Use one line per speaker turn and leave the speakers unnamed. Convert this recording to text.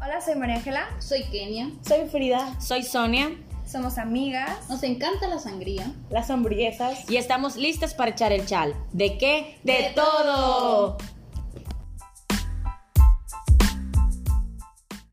Hola, soy María Ángela.
Soy Kenia.
Soy Frida,
Soy Sonia
Somos amigas.
Nos encanta la sangría.
las hamburguesas.
y estamos listas para echar el chal. ¿De qué?
¡De todo!